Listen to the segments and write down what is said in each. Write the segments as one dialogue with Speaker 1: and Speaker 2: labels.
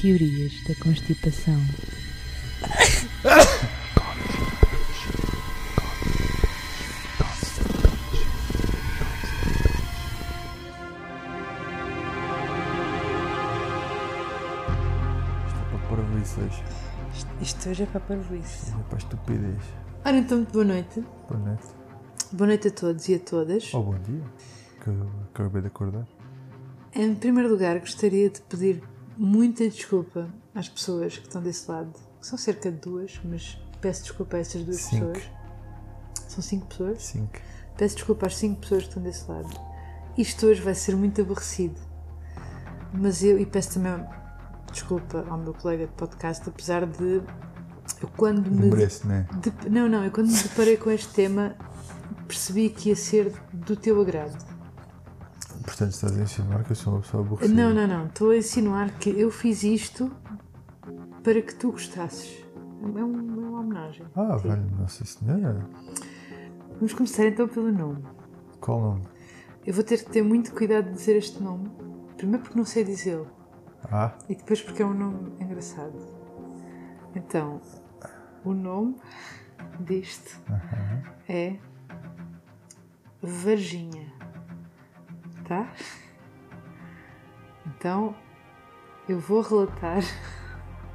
Speaker 1: Teorias da constipação.
Speaker 2: Isto é para parvoíças,
Speaker 3: Isto hoje é para parvoíce.
Speaker 2: não é para estupidez.
Speaker 3: Ora então, muito boa noite.
Speaker 2: Boa noite.
Speaker 3: Boa noite a todos e a todas.
Speaker 2: Ou bom dia, que eu acabei de acordar.
Speaker 3: Em primeiro lugar, gostaria de pedir muita desculpa às pessoas que estão desse lado, que são cerca de duas, mas peço desculpa a essas duas
Speaker 2: Cinco.
Speaker 3: pessoas. São cinco pessoas?
Speaker 2: 5.
Speaker 3: Peço desculpa às cinco pessoas que estão desse lado. Isto hoje vai ser muito aborrecido. Mas eu, e peço também desculpa ao meu colega de podcast, apesar de eu quando
Speaker 2: Não
Speaker 3: me
Speaker 2: merece, né?
Speaker 3: De- Não, não, eu quando me deparei com este tema percebi que ia ser do teu agrado.
Speaker 2: Portanto, estás a insinuar que eu sou uma pessoa aborrecida.
Speaker 3: Não, não, não, estou a insinuar que eu fiz isto para que tu gostasses. É um- é uma homenagem.
Speaker 2: Ah,
Speaker 3: Sim.
Speaker 2: velho, Nossa Senhora.
Speaker 3: Vamos começar então pelo nome.
Speaker 2: Qual o nome?
Speaker 3: Eu vou ter que ter muito cuidado de dizer este nome. Primeiro porque não sei dizê-lo
Speaker 2: Ah,
Speaker 3: e depois porque é um nome engraçado. Então, o nome disto é Varginha. Tá? Então, eu vou relatar.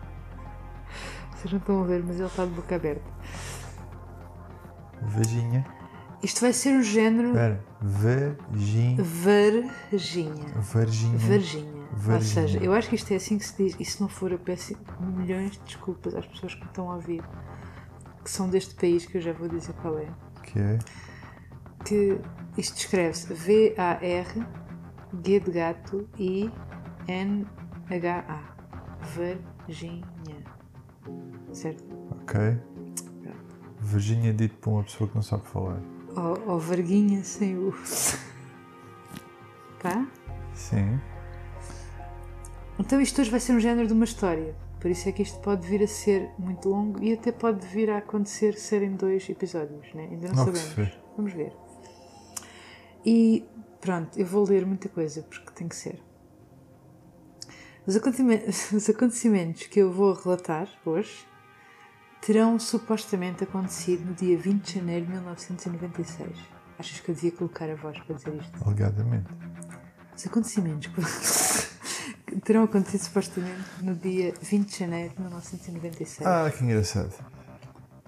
Speaker 3: Vocês não estão a ver, mas ele está de boca aberta.
Speaker 2: Vejinha.
Speaker 3: Hum. Isto vai ser o género
Speaker 2: Espera, Vejinha.
Speaker 3: Varginha.
Speaker 2: Varginha.
Speaker 3: Varginha. Ou
Speaker 2: Varginha.
Speaker 3: seja, eu acho que isto é assim que se diz. E se não for, eu peço milhões de desculpas às pessoas que me estão a ouvir, que são deste país, que eu já vou dizer qual é.
Speaker 2: Que é?
Speaker 3: Que isto escreve-se V-A-R, G de gato, I, N-H-A. Varginha. Certo?
Speaker 2: Ok. Varginha é dito por uma pessoa que não sabe falar.
Speaker 3: Ou, ou Varguinha sem o. tá?
Speaker 2: Sim.
Speaker 3: Então isto hoje vai ser um género de uma história. Por isso é que isto pode vir a ser muito longo e até pode vir a acontecer serem dois episódios, né? Ainda não
Speaker 2: Não
Speaker 3: sabemos.
Speaker 2: sei.
Speaker 3: Vamos ver. E pronto, eu vou ler muita coisa porque tem que ser. Os, acontecime- os acontecimentos que eu vou relatar hoje terão supostamente acontecido no dia 20 de janeiro de 1996. Achas que eu devia colocar a voz para dizer isto?
Speaker 2: Alegadamente.
Speaker 3: Os acontecimentos que- que terão acontecido supostamente no dia 20 de janeiro de 1996,
Speaker 2: Ah, que engraçado.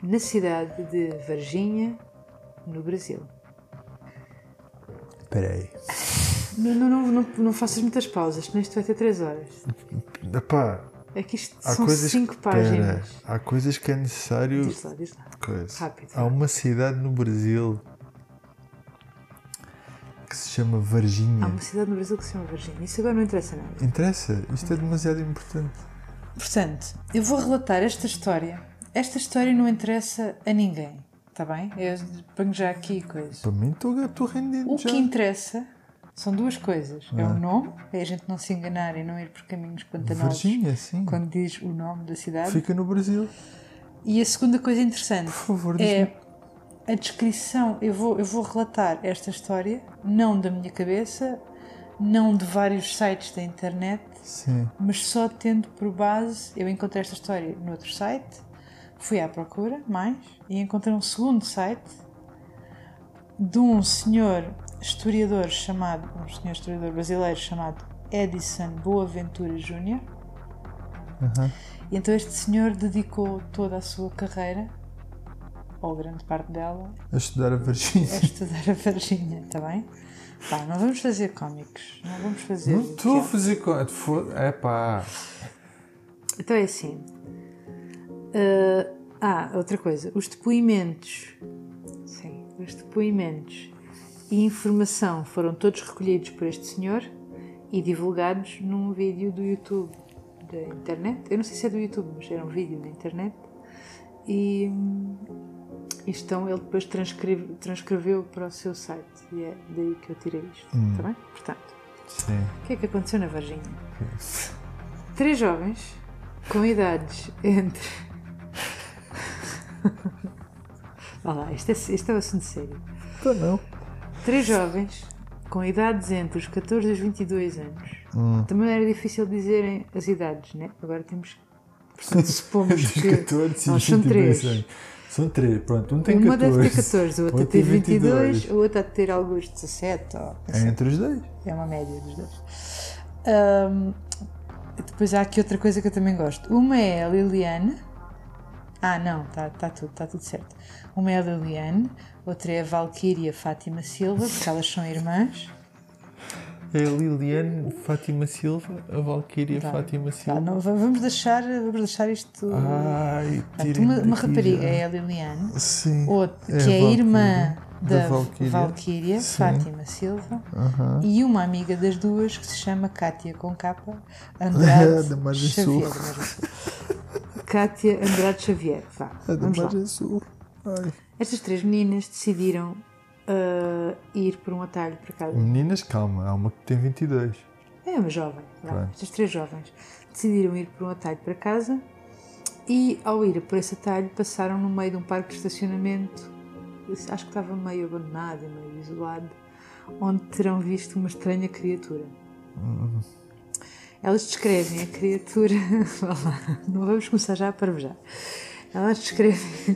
Speaker 3: na cidade de Varginha, no Brasil.
Speaker 2: Espera aí.
Speaker 3: Não, não, não, não, não faças muitas pausas, senão isto vai ter 3 horas.
Speaker 2: Epá,
Speaker 3: É que isto
Speaker 2: há
Speaker 3: são
Speaker 2: coisas
Speaker 3: 5
Speaker 2: que... Pera,
Speaker 3: páginas.
Speaker 2: há coisas que é necessário...
Speaker 3: Diz lá, diz lá.
Speaker 2: coisa.
Speaker 3: Rápido.
Speaker 2: Há uma cidade no Brasil que se chama Varginha.
Speaker 3: Há uma cidade no Brasil que se chama Varginha. Isso agora não interessa nada.
Speaker 2: Interessa, isto é demasiado importante.
Speaker 3: Portanto, eu vou relatar esta história. Esta história não interessa a ninguém, está bem? Eu ponho já aqui coisas.
Speaker 2: Para mim estou estou rendido
Speaker 3: O
Speaker 2: já. Ah.
Speaker 3: que interessa são duas coisas. É o nome, é a gente não se enganar e não ir por caminhos pantanosos
Speaker 2: Varginha, sim.
Speaker 3: quando é? diz o nome da cidade.
Speaker 2: Fica no Brasil.
Speaker 3: E a segunda coisa interessante
Speaker 2: Por favor, diz-me.
Speaker 3: é a descrição. Eu vou, eu vou relatar esta história, não da minha cabeça, não de vários sites da internet,
Speaker 2: Sim.
Speaker 3: mas só tendo por base. Eu encontrei esta história noutro site, fui à procura mais e encontrei um segundo site de um senhor historiador chamado, um senhor historiador brasileiro chamado Edison Boaventura Júnior.
Speaker 2: Aham.
Speaker 3: E Então este senhor dedicou toda a sua carreira, ou grande parte dela,
Speaker 2: A estudar a Varginha.
Speaker 3: a estudar a Varginha, está bem? Pá, não vamos fazer cómicos, não vamos fazer.
Speaker 2: Não estou a
Speaker 3: teatro.
Speaker 2: fazer conta. É pá.
Speaker 3: Então é assim. Ah, ah, outra coisa. Os depoimentos. Sim, os depoimentos e informação foram todos recolhidos por este senhor e divulgados num vídeo do YouTube, da internet. Eu não sei se é do YouTube, mas era um vídeo da internet. E, hum, então ele depois transcreve- transcreveu para o seu site. E é daí que eu tirei isto. Está bem? Portanto,
Speaker 2: Sim.
Speaker 3: o que é que aconteceu na Varginha? Três jovens com idades entre. Olha lá, isto é, isto é um assunto sério.
Speaker 2: Então não.
Speaker 3: Três jovens com idades entre os 14 e os 22 anos.
Speaker 2: Hum.
Speaker 3: Também era difícil dizerem as idades, né? Agora temos. Portanto, supomos
Speaker 2: Dos
Speaker 3: que.
Speaker 2: 14 e
Speaker 3: Não, são
Speaker 2: 22
Speaker 3: três.
Speaker 2: anos. São três, pronto. Um tem
Speaker 3: Uma
Speaker 2: 14.
Speaker 3: deve ter 14, a outra
Speaker 2: outro
Speaker 3: tem 22, a outra há de ter alguns 17, ou
Speaker 2: É entre os dois.
Speaker 3: É uma média dos dois. Ahm, depois há aqui outra coisa que eu também gosto. Uma é a Liliane. Ah, não, está tá tudo, tá tudo certo. Uma é a Liliane, outra é a Valquíria Fátima Silva, porque elas são irmãs.
Speaker 2: É a Liliane Fátima Silva, a Valquíria Fátima
Speaker 3: Pá,
Speaker 2: Silva.
Speaker 3: Tá, não, va- vamos, deixar, vamos deixar isto.
Speaker 2: Ah, Ai,
Speaker 3: Portanto,
Speaker 2: tirem-me
Speaker 3: Ah, uma, uma
Speaker 2: daqui
Speaker 3: rapariga
Speaker 2: já.
Speaker 3: é a Liliane,
Speaker 2: Sim.
Speaker 3: outra,
Speaker 2: É
Speaker 3: que
Speaker 2: a
Speaker 3: é a irmã
Speaker 2: Valquíria,
Speaker 3: da
Speaker 2: da Valquíria.
Speaker 3: Valquíria
Speaker 2: Sim.
Speaker 3: Fátima Silva,
Speaker 2: Aham.
Speaker 3: e uma amiga das duas que se chama Cátia com capa Andrade
Speaker 2: É, Da Margem Sul.
Speaker 3: Xavier. da Margem Sul. Cátia Andrade Xavier, vá.
Speaker 2: É da
Speaker 3: Vamos lá.
Speaker 2: Margem Sul. Ai.
Speaker 3: Estas três meninas decidiram ah, ir por um atalho para casa.
Speaker 2: Meninas, calma, há uma que tem 22.
Speaker 3: É uma jovem, vá.
Speaker 2: Claro.
Speaker 3: estas três jovens decidiram ir por um atalho para casa e ao ir por esse atalho passaram no meio de um parque de estacionamento, acho que estava meio abandonado e meio isolado, onde terão visto uma estranha criatura. Elas descrevem a criatura. Vá lá, Não vamos começar já a parvejar. Elas descrevem.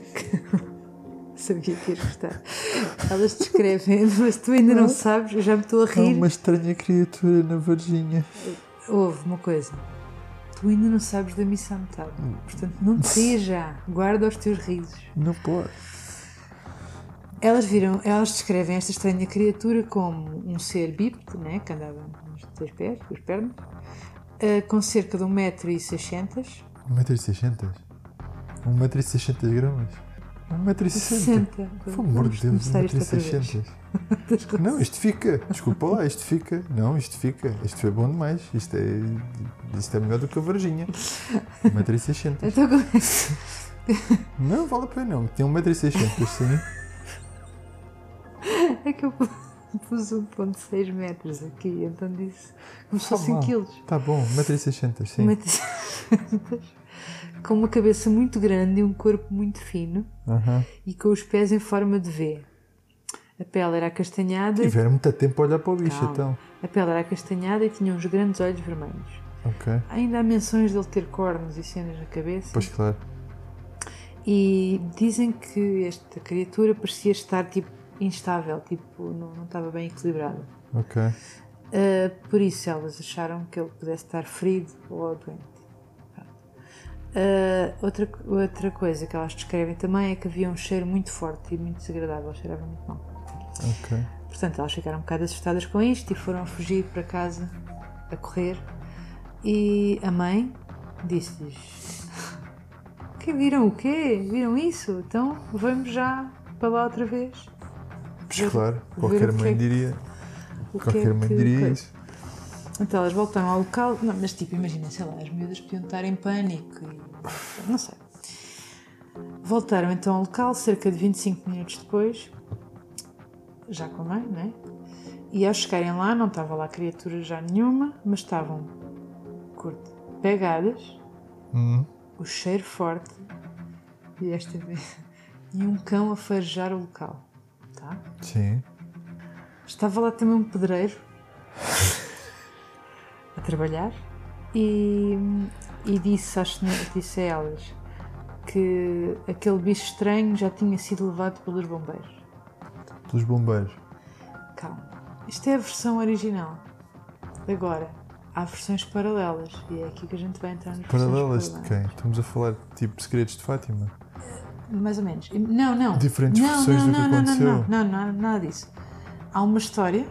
Speaker 3: Sabia que ias gostar. Elas descrevem, mas tu ainda não sabes, eu já me estou a
Speaker 2: Há
Speaker 3: rir.
Speaker 2: uma estranha criatura na Varginha.
Speaker 3: Houve uma coisa. Tu ainda não sabes da missão metade. Portanto, não te rias já. Guarda os teus risos.
Speaker 2: Não pode.
Speaker 3: Elas viram, elas descrevem esta estranha criatura como um ser bípede, né, que andava nos dois pés, duas pernas, eh, com cerca de 1,60m.
Speaker 2: 1,600m? 1,600m gramas? 1,600m? Pelo amor de Deus, 1,600m. Não, isto fica. Desculpa lá, isto fica. Não, isto fica. Isto foi bom demais. Isto é, isto é melhor do que a Varginha. 1,600m.
Speaker 3: Então, como é que-
Speaker 2: Não, vale a pena. Não. Tem 1,600m, sim.
Speaker 3: é que eu pus 1,6 metros aqui? Então disse como se fossem
Speaker 2: mal.
Speaker 3: quilos.
Speaker 2: Tá bom, 1,600m, sim.
Speaker 3: Uma t- com uma cabeça muito grande e um corpo muito fino
Speaker 2: Aham.
Speaker 3: e com os pés em forma de V. A pele era acastanhada.
Speaker 2: Tiveram muito tempo a olhar para o bicho,
Speaker 3: Calma.
Speaker 2: então.
Speaker 3: A pele era acastanhada e tinha uns grandes olhos vermelhos.
Speaker 2: Ok.
Speaker 3: Ainda há menções dele ter cornos e cenas na cabeça.
Speaker 2: Pois claro.
Speaker 3: E dizem que esta criatura parecia estar tipo instável, tipo não, não estava bem equilibrada.
Speaker 2: Ok.
Speaker 3: Ah, por isso elas acharam que ele pudesse estar ferido ou doente. Pronto. Ah, outra, co- outra coisa que elas descrevem também é que havia um cheiro muito forte e muito desagradável, cheirava muito mal.
Speaker 2: Ok.
Speaker 3: Portanto, elas ficaram um bocado assustadas com isto e foram fugir para casa a correr. E a mãe disse-lhes: Que viram o quê? Viram isso? Então vamos já para lá outra vez.
Speaker 2: Pois claro.
Speaker 3: ver
Speaker 2: Qualquer
Speaker 3: o que é
Speaker 2: mãe
Speaker 3: que-
Speaker 2: diria.
Speaker 3: O que é
Speaker 2: Qualquer mãe
Speaker 3: que-
Speaker 2: diria
Speaker 3: coisa.
Speaker 2: isso.
Speaker 3: Então elas voltam ao local, não, mas tipo, imagina, sei lá, as miúdas podiam estar em pânico, e- não sei. Voltaram então ao local cerca de 25 minutos depois, já com a mãe, né? E ao chegarem lá, não estava lá criatura já nenhuma, mas estavam curto, pegadas,
Speaker 2: Hum.
Speaker 3: o cheiro forte e esta vez, e um cão a farejar o local, tá?
Speaker 2: Sim.
Speaker 3: Estava lá também um pedreiro a trabalhar e, e disse, às senhoras, disse a elas que aquele bicho estranho já tinha sido levado pelos bombeiros.
Speaker 2: Pelos bombeiros.
Speaker 3: Calma, isto é a versão original. Agora, há versões paralelas e é aqui que a gente vai entrar nas
Speaker 2: Paralelas
Speaker 3: versões
Speaker 2: de quem? Estamos a falar de tipo segredos de Fátima?
Speaker 3: Mais ou menos. Não, não.
Speaker 2: Diferentes
Speaker 3: não, não,
Speaker 2: versões do que
Speaker 3: não, não,
Speaker 2: aconteceu.
Speaker 3: Não, não, não, nada disso. Há uma história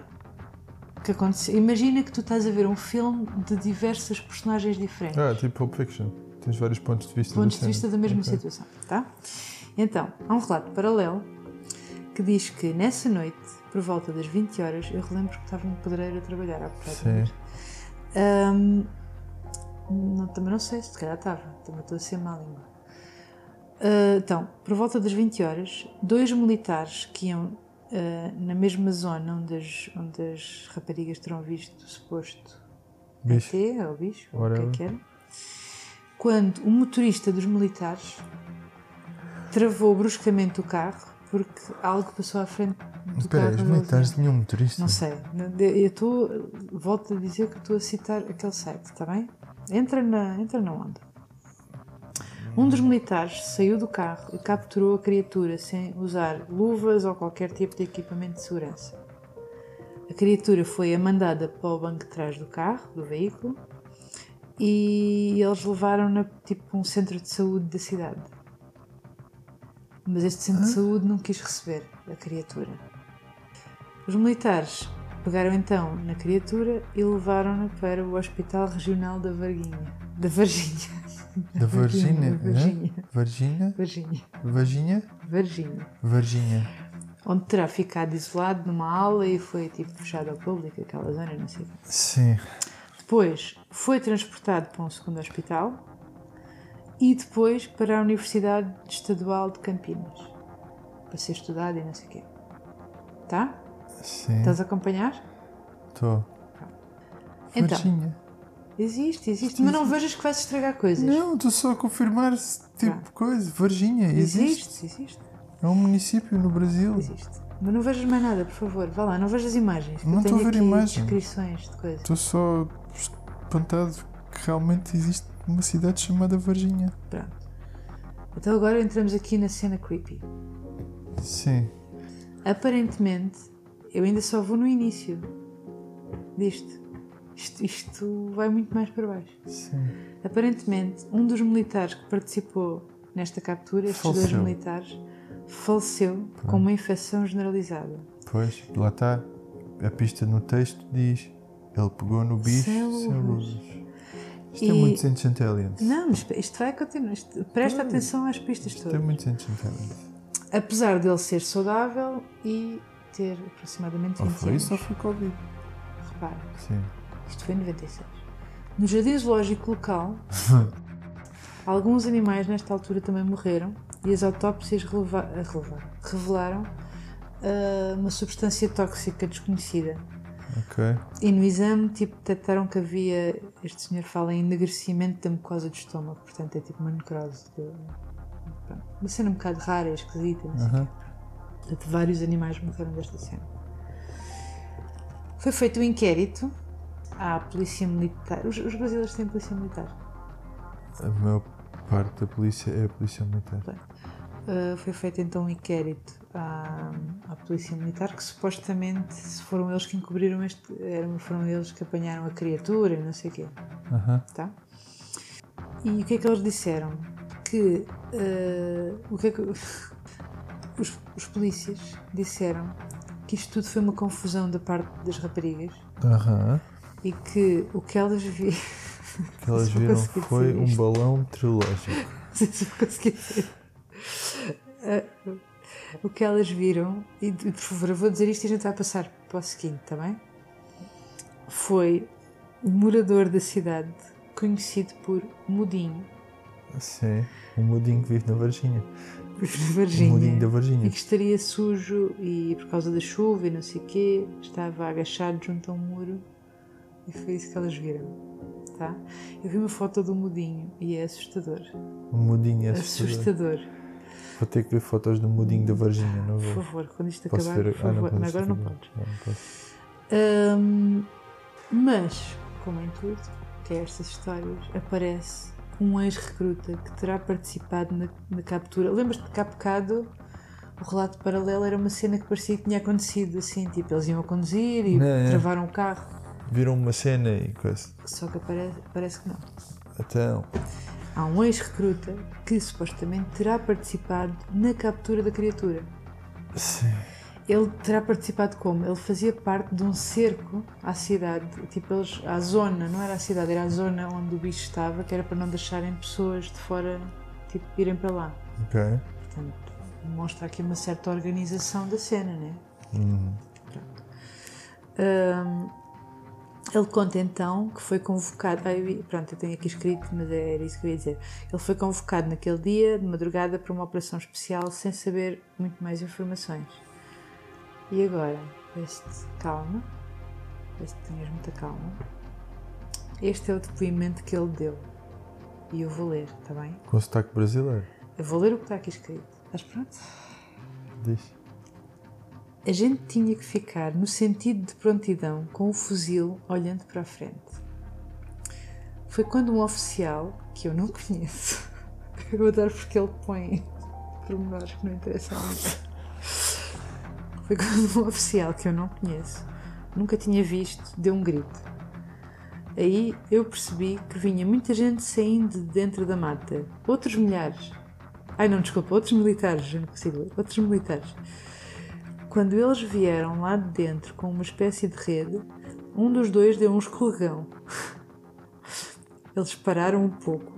Speaker 3: que aconteceu. Imagina que tu estás a ver um filme de diversas personagens diferentes.
Speaker 2: Ah, tipo Pulp Fiction. Tens vários pontos de vista.
Speaker 3: É. pontos de
Speaker 2: cena.
Speaker 3: vista da mesma
Speaker 2: Ok.
Speaker 3: situação, tá? Então, há um relato paralelo que diz que nessa noite, por volta das 20 horas, eu relembro que estava um pedreiro a trabalhar à porta.
Speaker 2: Sim.
Speaker 3: Ahm, não, também não sei, se calhar estava, também estou a ser má língua. Ah, então, por volta das 20 horas, dois militares que iam ah, na mesma zona onde as, onde as raparigas terão visto o suposto
Speaker 2: Bicho.
Speaker 3: ET, ou bicho, ou o que é
Speaker 2: Whatever.
Speaker 3: que era, quando o motorista dos militares travou bruscamente o carro porque algo passou à frente do
Speaker 2: Espera,
Speaker 3: carro.
Speaker 2: os
Speaker 3: onde ele
Speaker 2: militares
Speaker 3: vinha.
Speaker 2: tinham um motorista.
Speaker 3: tá, Não sei. Eu estou. Volto a dizer que estou a citar aquele site, está bem? Entra na, entra na onda. Um dos militares saiu do carro e capturou a criatura sem usar luvas ou qualquer tipo de equipamento de segurança. A criatura foi amandada para o banco de trás do carro, do veículo, e eles levaram-na tipo para um centro de saúde da cidade. Mas este centro de saúde não quis receber a criatura. Os militares pegaram então na criatura e levaram-na para o Hospital Regional da Varguinha. Da Varginha.
Speaker 2: Da Varginha.
Speaker 3: Da Varginha.
Speaker 2: né?
Speaker 3: Varginha.
Speaker 2: Varginha. Varginha.
Speaker 3: Varginha.
Speaker 2: Varginha.
Speaker 3: Onde terá ficado isolado numa aula e foi tipo fechado ao público, aquela zona, não sei o quê.
Speaker 2: Sim.
Speaker 3: Depois foi transportado para um segundo hospital e depois para a Universidade Estadual de Campinas para ser estudado e não sei o quê. Tá?
Speaker 2: Sim.
Speaker 3: Estás a acompanhar?
Speaker 2: Estou.
Speaker 3: Então.
Speaker 2: Varginha.
Speaker 3: Existe, existe. Mas não vejas que vais estragar coisas.
Speaker 2: Não, estou só a confirmar esse tipo
Speaker 3: Tá.
Speaker 2: de coisa. Varginha, existe.
Speaker 3: Existe, existe,
Speaker 2: É um município no Brasil.
Speaker 3: existe. Mas não vejas mais nada, por favor. Vá lá, não vejas imagens. que
Speaker 2: Não
Speaker 3: eu
Speaker 2: estou a
Speaker 3: tenho
Speaker 2: ver
Speaker 3: aqui
Speaker 2: imagens.
Speaker 3: descrições de coisas.
Speaker 2: Estou só espantado que realmente existe uma cidade chamada Varginha.
Speaker 3: Pronto. Então agora entramos aqui na cena creepy.
Speaker 2: Sim.
Speaker 3: Aparentemente, eu ainda só vou no início disto. Isto, isto vai muito mais para baixo.
Speaker 2: Sim.
Speaker 3: Aparentemente, um dos militares que participou nesta captura, estes
Speaker 2: Faleceu.
Speaker 3: dois militares, faleceu com uma infecção generalizada.
Speaker 2: Pois, lá está. A pista no texto diz: Ele pegou no bicho sem
Speaker 3: Sem luvas."
Speaker 2: luvas. Isto é
Speaker 3: E-
Speaker 2: muito Ancient Aliens. Isto
Speaker 3: Não, mas isto vai continuar. Isto- Presta atenção às pistas
Speaker 2: é
Speaker 3: todas.
Speaker 2: muito Ancient Aliens.
Speaker 3: Apesar dele ser saudável e ter aproximadamente
Speaker 2: Ou
Speaker 3: 20
Speaker 2: Oh, foi
Speaker 3: anos.
Speaker 2: isso ou foi Covid?
Speaker 3: Repara,
Speaker 2: Sim.
Speaker 3: isto foi em 96. No jardim zoológico local, alguns animais nesta altura também morreram e as autópsias releva- eh, relevaram- revelaram ah, uma substância tóxica desconhecida.
Speaker 2: Ok.
Speaker 3: E no exame, tipo, detectaram que havia, este senhor fala em enegrecimento da mucosa do estômago, portanto é tipo uma necrose. De, pronto, uma cena um bocado rara, esquisita, não sei o quê.
Speaker 2: Aham.
Speaker 3: Portanto, vários animais morreram desta cena. Foi feito o inquérito à polícia militar. Os, os brasileiros têm polícia militar.
Speaker 2: A maior parte da polícia é a polícia militar.
Speaker 3: Uh, foi feito então um inquérito à, à polícia militar que supostamente se foram eles que encobriram este. Eram, foram eles que apanharam a criatura e não sei o quê.
Speaker 2: Aham.
Speaker 3: tá? E o que é que eles disseram? Que eh, o que é que os, os polícias disseram que isto tudo foi uma confusão da parte das raparigas
Speaker 2: Aham.
Speaker 3: e que o que elas viram
Speaker 2: O que elas
Speaker 3: Só
Speaker 2: viram
Speaker 3: consegui
Speaker 2: foi
Speaker 3: dizer
Speaker 2: um
Speaker 3: isto.
Speaker 2: balão trilógico.
Speaker 3: Não sei se eu consegui dizer. Eh, o que elas viram, e de- por favor, eu vou dizer isto e a gente vai passar para o seguinte, está bem? Foi o morador da cidade, conhecido por Mudinho,
Speaker 2: Sim. Um mudinho que vive na Varginha.
Speaker 3: de
Speaker 2: Um
Speaker 3: Varginha.
Speaker 2: mudinho da
Speaker 3: E
Speaker 2: Varginha.
Speaker 3: que estaria sujo e por causa da chuva e não sei o quê, estava agachado junto a um muro e foi isso que elas viram. Tá? Eu vi uma foto do mudinho e é assustador.
Speaker 2: Um mudinho assustador.
Speaker 3: Assustador.
Speaker 2: Vou ter que ver fotos do mudinho da Varginha, não
Speaker 3: Por
Speaker 2: vou.
Speaker 3: favor, quando isto
Speaker 2: Posso
Speaker 3: acabar,
Speaker 2: ver?
Speaker 3: por
Speaker 2: Ah, não,
Speaker 3: favor.
Speaker 2: quando
Speaker 3: Não,
Speaker 2: isto
Speaker 3: agora não
Speaker 2: acabar.
Speaker 3: podes.
Speaker 2: Não, não posso.
Speaker 3: Hum, mas, como em tudo, que é estas histórias, aparece um ex-recruta que terá participado na, na captura. Lembras-te que há bocado o relato paralelo era uma cena que parecia que tinha acontecido assim, tipo, eles iam a conduzir e
Speaker 2: Não, é.
Speaker 3: travaram o carro,
Speaker 2: Viram uma cena e coisa.
Speaker 3: só que aparece, parece que não.
Speaker 2: Então,
Speaker 3: Há um ex-recruta que supostamente terá participado na captura da criatura.
Speaker 2: sim.
Speaker 3: Ele terá participado como? Ele fazia parte de um cerco à cidade, tipo eles, à zona, não era a cidade, era a zona onde o bicho estava, que era para não deixarem pessoas de fora, tipo, irem para lá.
Speaker 2: Ok.
Speaker 3: Portanto, mostra aqui uma certa organização da cena, né?
Speaker 2: Hum.
Speaker 3: Ahm, Um, ele conta então que foi convocado. Ah, eu vi- pronto, eu tenho aqui escrito, mas era isso que eu ia dizer. Ele foi convocado naquele dia, de madrugada, para uma operação especial, sem saber muito mais informações. E agora? Este, calma. Este, tenhas muita calma. Este é o depoimento que ele deu. E eu vou ler, está bem?
Speaker 2: Com sotaque brasileiro.
Speaker 3: Eu vou ler o que está aqui escrito. Estás pronto?
Speaker 2: Diz.
Speaker 3: A gente tinha que ficar no sentido de prontidão com o fuzil olhando para a frente. Foi quando um oficial, que eu não conheço, eu adoro porque ele põe pormenores que não interessam muito. Foi quando um oficial que eu não conheço, nunca tinha visto, deu um grito. Aí eu percebi que vinha muita gente saindo de dentro da mata. Outros milhares. Ai não, desculpa, outros militares, eu não consigo ler. Outros militares. Quando eles vieram lá de dentro com uma espécie de rede, um dos dois deu um escorregão. Eles pararam um pouco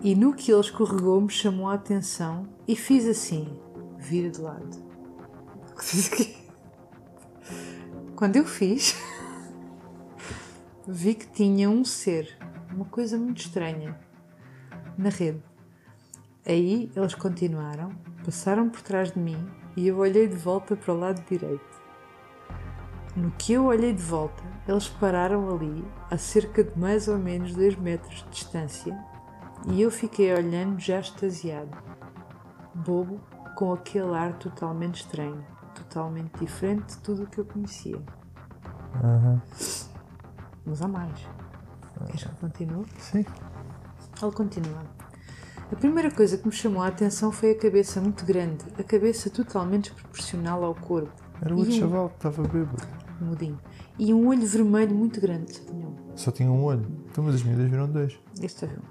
Speaker 3: e no que ele escorregou me chamou a atenção e fiz assim, vira de lado. Quando eu fiz, vi que tinha um ser, uma coisa muito estranha, na rede. Aí eles continuaram, passaram por trás de mim e eu olhei de volta para o lado direito. No que eu olhei de volta, eles pararam ali, a cerca de mais ou menos 2 metros de distância, e eu fiquei olhando já extasiado, bobo, com aquele ar totalmente estranho, totalmente diferente de tudo o que eu conhecia.
Speaker 2: Aham.
Speaker 3: Mas há mais. Queres que eu continue?
Speaker 2: Sim.
Speaker 3: Ele continua. A primeira coisa que me chamou a atenção foi a cabeça muito grande, a cabeça totalmente desproporcional ao corpo.
Speaker 2: Era o outro
Speaker 3: E um-
Speaker 2: chaval que estava bêbado.
Speaker 3: Mudinho. E um olho vermelho muito grande, só tinha um.
Speaker 2: Só tinha um olho. Então, mas as miúdas viram dois.
Speaker 3: Este é o filme.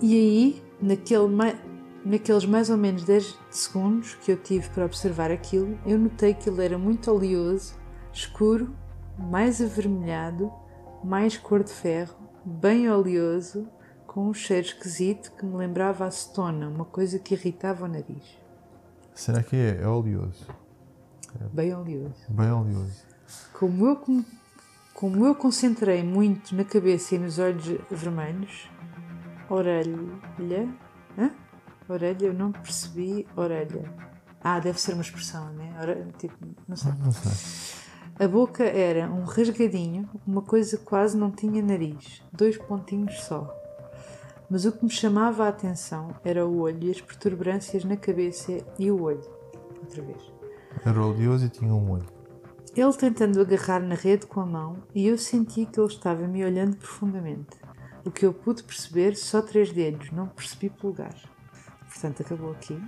Speaker 3: E aí, naquele mai- naqueles mais ou menos 10 segundos que eu tive para observar aquilo, eu notei que ele era muito oleoso, escuro, mais avermelhado, mais cor de ferro, bem oleoso, com um cheiro esquisito que me lembrava a acetona, uma coisa que irritava o nariz.
Speaker 2: Será que é? É oleoso.
Speaker 3: Bem oleoso.
Speaker 2: Bem oleoso.
Speaker 3: Como eu, com- como eu concentrei muito na cabeça e nos olhos vermelhos, orelha. Hã? Orelha, eu não percebi orelha. Ah, deve ser uma expressão, né? Ore- tipo, não sei.
Speaker 2: Não sei.
Speaker 3: A boca era um rasgadinho, uma coisa que quase não tinha nariz, dois pontinhos só. Mas o que me chamava a atenção era o olho e as protuberâncias na cabeça e o olho. Outra vez.
Speaker 2: Era oleoso e tinha um olho.
Speaker 3: Ele tentando agarrar na rede com a mão e eu senti que ele estava me olhando profundamente. O que eu pude perceber, só três dedos, não percebi polegar. Portanto, acabou aqui.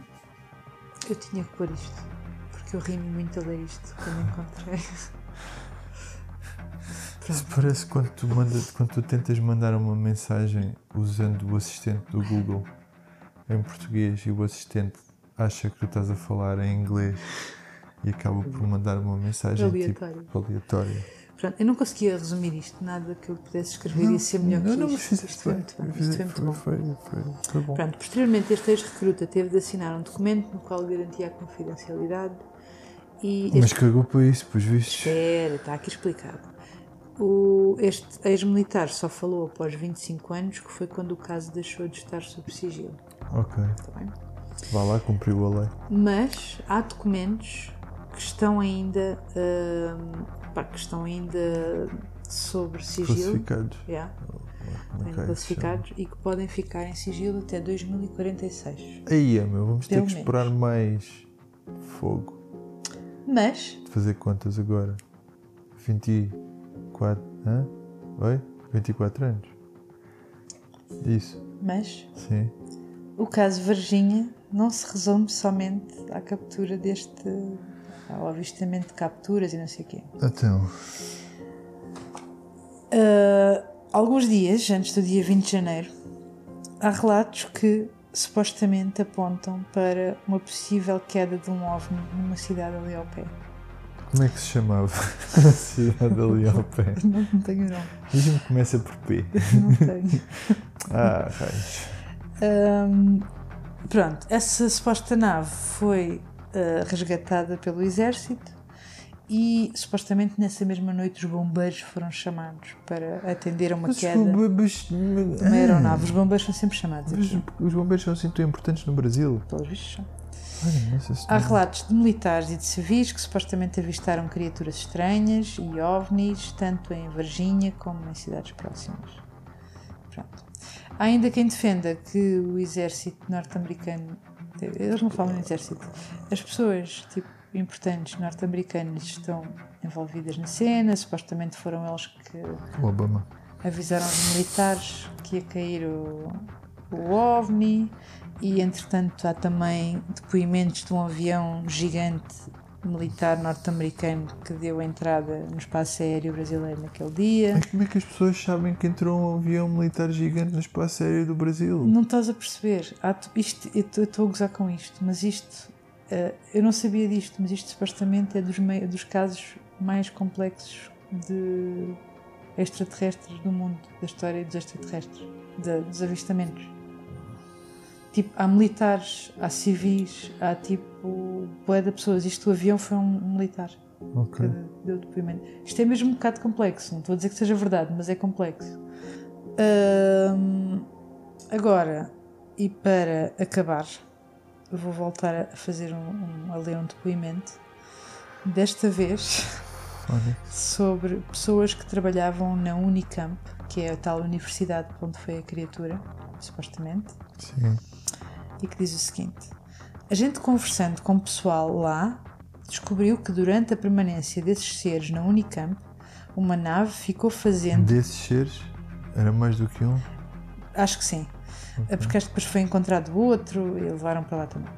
Speaker 3: Eu tinha que pôr isto, porque eu ri-me muito a ler isto quando encontrei.
Speaker 2: Isso parece quando tu, manda, quando tu tentas mandar uma mensagem usando o assistente do Google em português e o assistente acha que tu estás a falar em inglês e acaba por mandar uma mensagem tipo
Speaker 3: Aleatória.
Speaker 2: aleatória.
Speaker 3: Pronto, eu não conseguia resumir isto, nada que eu pudesse escrever ia ser melhor que
Speaker 2: não, não, mas
Speaker 3: isto.
Speaker 2: fizeste
Speaker 3: Isto foi
Speaker 2: bem.
Speaker 3: muito bom. Isto foi muito bom.
Speaker 2: foi, foi, foi bom.
Speaker 3: Pronto, posteriormente este ex-recruta teve de assinar um documento no qual garantia a confidencialidade e este
Speaker 2: Mas cagou para isso, pois vistos.
Speaker 3: Espera, está tá aqui explicado. O, este ex-militar só falou após 25 anos, que foi quando o caso deixou de estar sob sigilo.
Speaker 2: Ok,
Speaker 3: Está bem?
Speaker 2: vá lá, cumpriu a lei.
Speaker 3: Mas há documentos que estão ainda, hum, pá, que estão ainda sobre sigilo.
Speaker 2: Classificados.
Speaker 3: Yeah,
Speaker 2: Como é
Speaker 3: ainda
Speaker 2: que é isso?
Speaker 3: classificados e que podem ficar em sigilo até 2046.
Speaker 2: Aí, meu, vamos ter
Speaker 3: Pelo menos.
Speaker 2: que esperar mais fogo.
Speaker 3: Mas
Speaker 2: de fazer contas agora. 24. Hã? Oi? 24 anos. Isso,
Speaker 3: mas
Speaker 2: sim.
Speaker 3: O caso Varginha não se resume somente à captura deste. ao avistamento de capturas e não sei o quê.
Speaker 2: Então,
Speaker 3: Ah, alguns dias antes do dia 20 de janeiro, há relatos que supostamente apontam para uma possível queda de um OVNI numa cidade ali ao pé.
Speaker 2: como é que se chamava a cidade ali ao pé?
Speaker 3: Não, não tenho nome,
Speaker 2: Diz-me que começa por P.
Speaker 3: não tenho.
Speaker 2: Ah, raios.
Speaker 3: Ahm, pronto, essa suposta nave foi ah, resgatada pelo exército e supostamente nessa mesma noite os bombeiros foram chamados para atender a uma queda.
Speaker 2: bombeiros.
Speaker 3: Uma aeronave, os bombeiros são sempre chamados
Speaker 2: Mas
Speaker 3: aqui,
Speaker 2: os bombeiros são assim tão importantes no Brasil.
Speaker 3: pelos vistos. são.
Speaker 2: Olha, nossa
Speaker 3: Há
Speaker 2: senhora.
Speaker 3: relatos de militares e de civis que supostamente avistaram criaturas estranhas e ovnis, tanto em Varginha como em cidades próximas. Pronto. Há ainda quem defenda que o exército norte-americano Eles não falam em exército. As pessoas, tipo, importantes norte-americanas estão envolvidas na cena, supostamente foram eles que
Speaker 2: O Obama.
Speaker 3: avisaram os militares que ia cair o, o OVNI e entretanto há também depoimentos de um avião gigante militar norte-americano que deu entrada no espaço aéreo brasileiro naquele dia.
Speaker 2: Mas como é que as pessoas sabem que entrou um avião militar gigante no espaço aéreo do Brasil?
Speaker 3: Não estás a perceber. Há t- isto, eu t- eu estou a gozar com isto, mas isto. eh, eu não sabia disto, mas isto supostamente é dos, mei- dos casos mais complexos de extraterrestres do mundo, da história dos extraterrestres, da- dos avistamentos. Tipo, há militares, há civis, há tipo. boé de pessoas. Isto, o avião foi um militar
Speaker 2: Ok.
Speaker 3: que deu depoimento. Isto é mesmo um bocado complexo, não estou a dizer que seja verdade, mas é complexo. Ahm, agora, e para acabar, eu vou voltar a fazer um, um- a ler um depoimento, desta vez
Speaker 2: Olha.
Speaker 3: sobre pessoas que trabalhavam na Unicamp, que é a tal universidade onde foi a criatura, supostamente
Speaker 2: Sim.
Speaker 3: e que diz o seguinte: A gente conversando com o pessoal lá descobriu que durante a permanência desses seres na Unicamp, uma nave ficou fazendo.
Speaker 2: Desses seres, era mais do que um.
Speaker 3: Acho que sim, É porque acho que depois foi encontrado outro e levaram para lá também.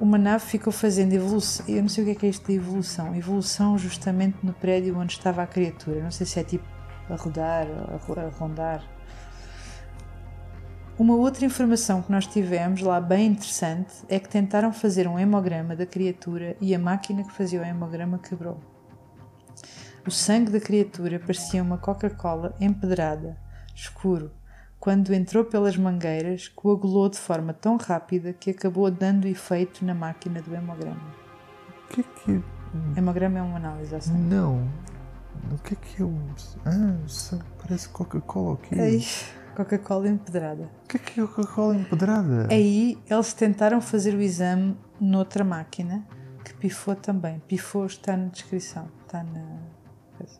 Speaker 3: Uma nave ficou fazendo evolução. Eu não sei o que é que é isto de evolução. Evolução justamente no prédio onde estava a criatura. Não sei se é tipo a rodar, a ro- a rondar. Uma outra informação que nós tivemos lá bem interessante é que tentaram fazer um hemograma da criatura e a máquina que fazia o hemograma quebrou. O sangue da criatura parecia uma Coca-Cola empedrada, escuro. Quando entrou pelas mangueiras, coagulou de forma tão rápida que acabou dando efeito na máquina do hemograma.
Speaker 2: O que é que.
Speaker 3: Hemograma é uma análise ao sangue.
Speaker 2: Não. O que é que eu. Ah, sabe, parece Coca-Cola aqui.
Speaker 3: Ei, Coca-Cola empedrada.
Speaker 2: O que é que é Coca-Cola empedrada?
Speaker 3: Aí eles tentaram fazer o exame noutra máquina que pifou também. Pifou está na descrição, está na. coisa.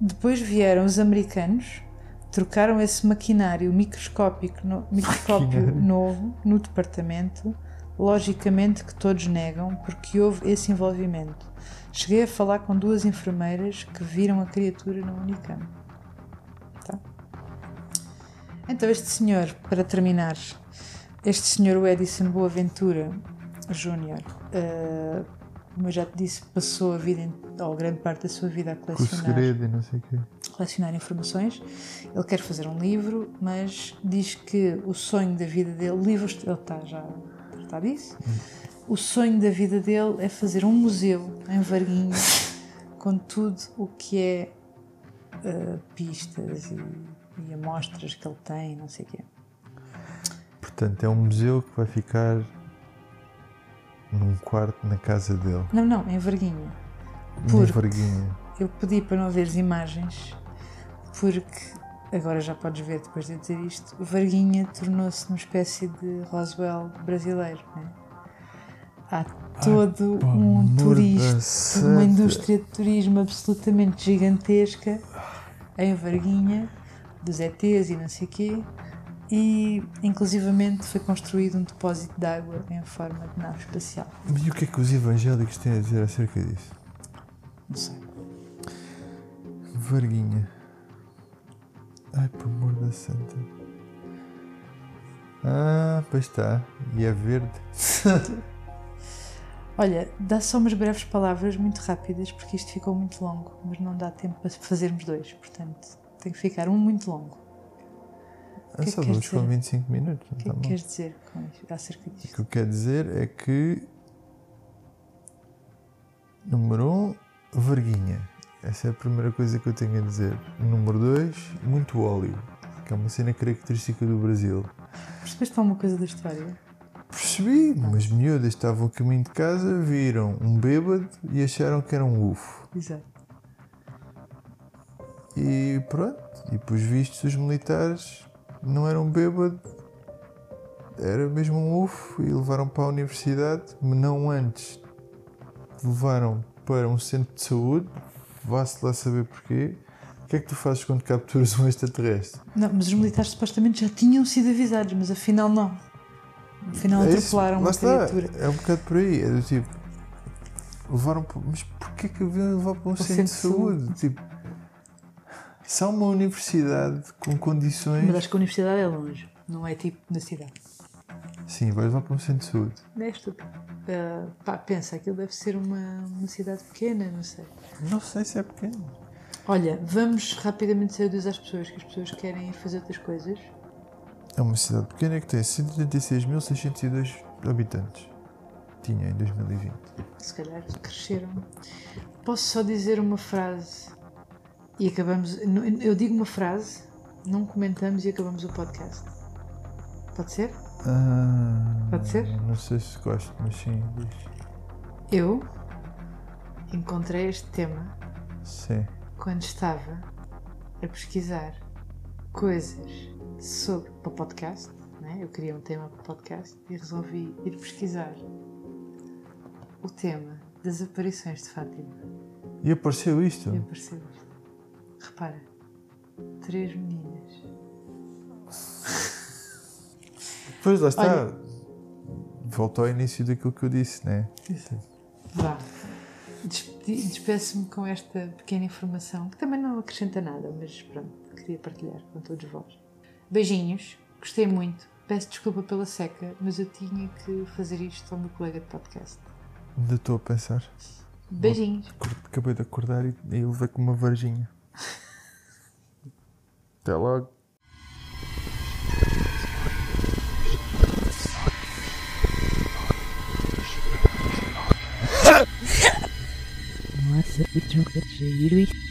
Speaker 3: Depois vieram os americanos, trocaram esse maquinário microscópico, no- microscópio
Speaker 2: Maquinário.
Speaker 3: novo no departamento. Logicamente que todos negam, porque houve esse envolvimento. Cheguei a falar com duas enfermeiras que viram a criatura na Unicamp. Tá? Então, este senhor, para terminar, este senhor, o Edison Boaventura Júnior, eh, como eu já te disse, passou a vida, em- ou grande parte da sua vida, a
Speaker 2: Com o
Speaker 3: colecionar
Speaker 2: segredo e não sei o quê.
Speaker 3: colecionar informações. Ele quer fazer um livro, mas diz que o sonho da vida dele, livros, ele está já a tratar disso.
Speaker 2: Hum.
Speaker 3: O sonho da vida dele é fazer um museu em Varguinho com tudo o que é eh, pistas e, e amostras que ele tem, não sei o quê.
Speaker 2: Portanto, é um museu que vai ficar num quarto na casa dele.
Speaker 3: Não, não, em Varguinho.
Speaker 2: Uma
Speaker 3: Porque-
Speaker 2: verguinha.
Speaker 3: Eu pedi para não haveres imagens, porque agora já podes ver depois de eu dizer isto, o Varguinha tornou-se uma espécie de Roswell brasileiro. Não é? Há todo
Speaker 2: pá,
Speaker 3: um
Speaker 2: amor da
Speaker 3: turista,
Speaker 2: santa.
Speaker 3: uma indústria de turismo absolutamente gigantesca em Varguinha, dos ETs e não sei quê. E, inclusivamente, foi construído um depósito de água em forma de nave espacial.
Speaker 2: Mas e o que é que os evangélicos têm a dizer acerca disso?
Speaker 3: Não sei.
Speaker 2: Verguinha. Ai, por amor da santa. Ah, pois está. E é verde.
Speaker 3: Olha, dá só umas breves palavras muito rápidas, porque isto ficou muito longo, mas não dá tempo para fazermos dois, portanto, tem que ficar um muito longo.
Speaker 2: Ah,
Speaker 3: que
Speaker 2: só
Speaker 3: quer
Speaker 2: vamos com
Speaker 3: dizer?
Speaker 2: 25 minutos. Não
Speaker 3: O que é
Speaker 2: tá
Speaker 3: que
Speaker 2: mal.
Speaker 3: queres dizer com isto, acerca
Speaker 2: O
Speaker 3: disto?
Speaker 2: que eu quero dizer é que. Número 1, um, verguinha. Essa é a primeira coisa que eu tenho a dizer. Número 2, muito óleo. Que é uma cena característica do Brasil.
Speaker 3: Percebeste alguma coisa da história?
Speaker 2: Percebi, mas miúdas estavam a caminho de casa, viram um bêbado e acharam que era um ufo.
Speaker 3: Exato.
Speaker 2: E pronto, e pelos vistos os militares não eram bêbado, era mesmo um ufo e levaram para a universidade, mas não antes. Levaram para um centro de saúde, vá-se lá saber porquê. O que é que tu fazes quando capturas um extraterrestre?
Speaker 3: Não, mas os militares supostamente já tinham sido avisados, mas afinal não. Afinal,
Speaker 2: É isso,
Speaker 3: atropelaram
Speaker 2: lá
Speaker 3: uma
Speaker 2: está,
Speaker 3: criatura.
Speaker 2: É um bocado por aí, é do tipo. Levaram. para- Mas porquê que haviam levar para um centro de saúde? Tipo. Se há uma universidade com condições.
Speaker 3: Mas acho que a universidade é longe, não é tipo na cidade.
Speaker 2: Sim, vai levar para um centro de saúde.
Speaker 3: É estúpido. Ah, pá, pensa, aquilo deve ser uma, uma cidade pequena, não sei.
Speaker 2: Não sei se é pequeno.
Speaker 3: Olha, vamos rapidamente seduzir as pessoas, que as pessoas querem ir fazer outras coisas.
Speaker 2: É uma cidade pequena que tem 186.602 habitantes. Tinha em 2020.
Speaker 3: Se calhar cresceram. Posso só dizer uma frase e acabamos. n- Eu digo uma frase, não comentamos e acabamos o podcast. Pode ser?
Speaker 2: Ah,
Speaker 3: Pode ser?
Speaker 2: Não sei se gosto, mas sim. diz.
Speaker 3: Eu encontrei este tema
Speaker 2: Sim.
Speaker 3: quando estava a pesquisar coisas sobre para o podcast, né? eu queria um tema para o podcast e resolvi ir pesquisar o tema das aparições de Fátima.
Speaker 2: E apareceu isto?
Speaker 3: E apareceu isto. Repara, três meninas.
Speaker 2: Pois lá está. Volto ao início daquilo que eu disse, né?
Speaker 3: Vá. Despedi- Despeço-me com esta pequena informação, que também não acrescenta nada, mas pronto, queria partilhar com todos vós. Beijinhos, gostei muito. Peço desculpa pela seca, mas eu tinha que fazer isto ao meu colega de podcast.
Speaker 2: Ainda estou a pensar.
Speaker 3: Beijinhos.
Speaker 2: Acor- Acabei de acordar e e ele veio com uma varginha. Até logo.
Speaker 1: Nossa, que jogo de giro isto.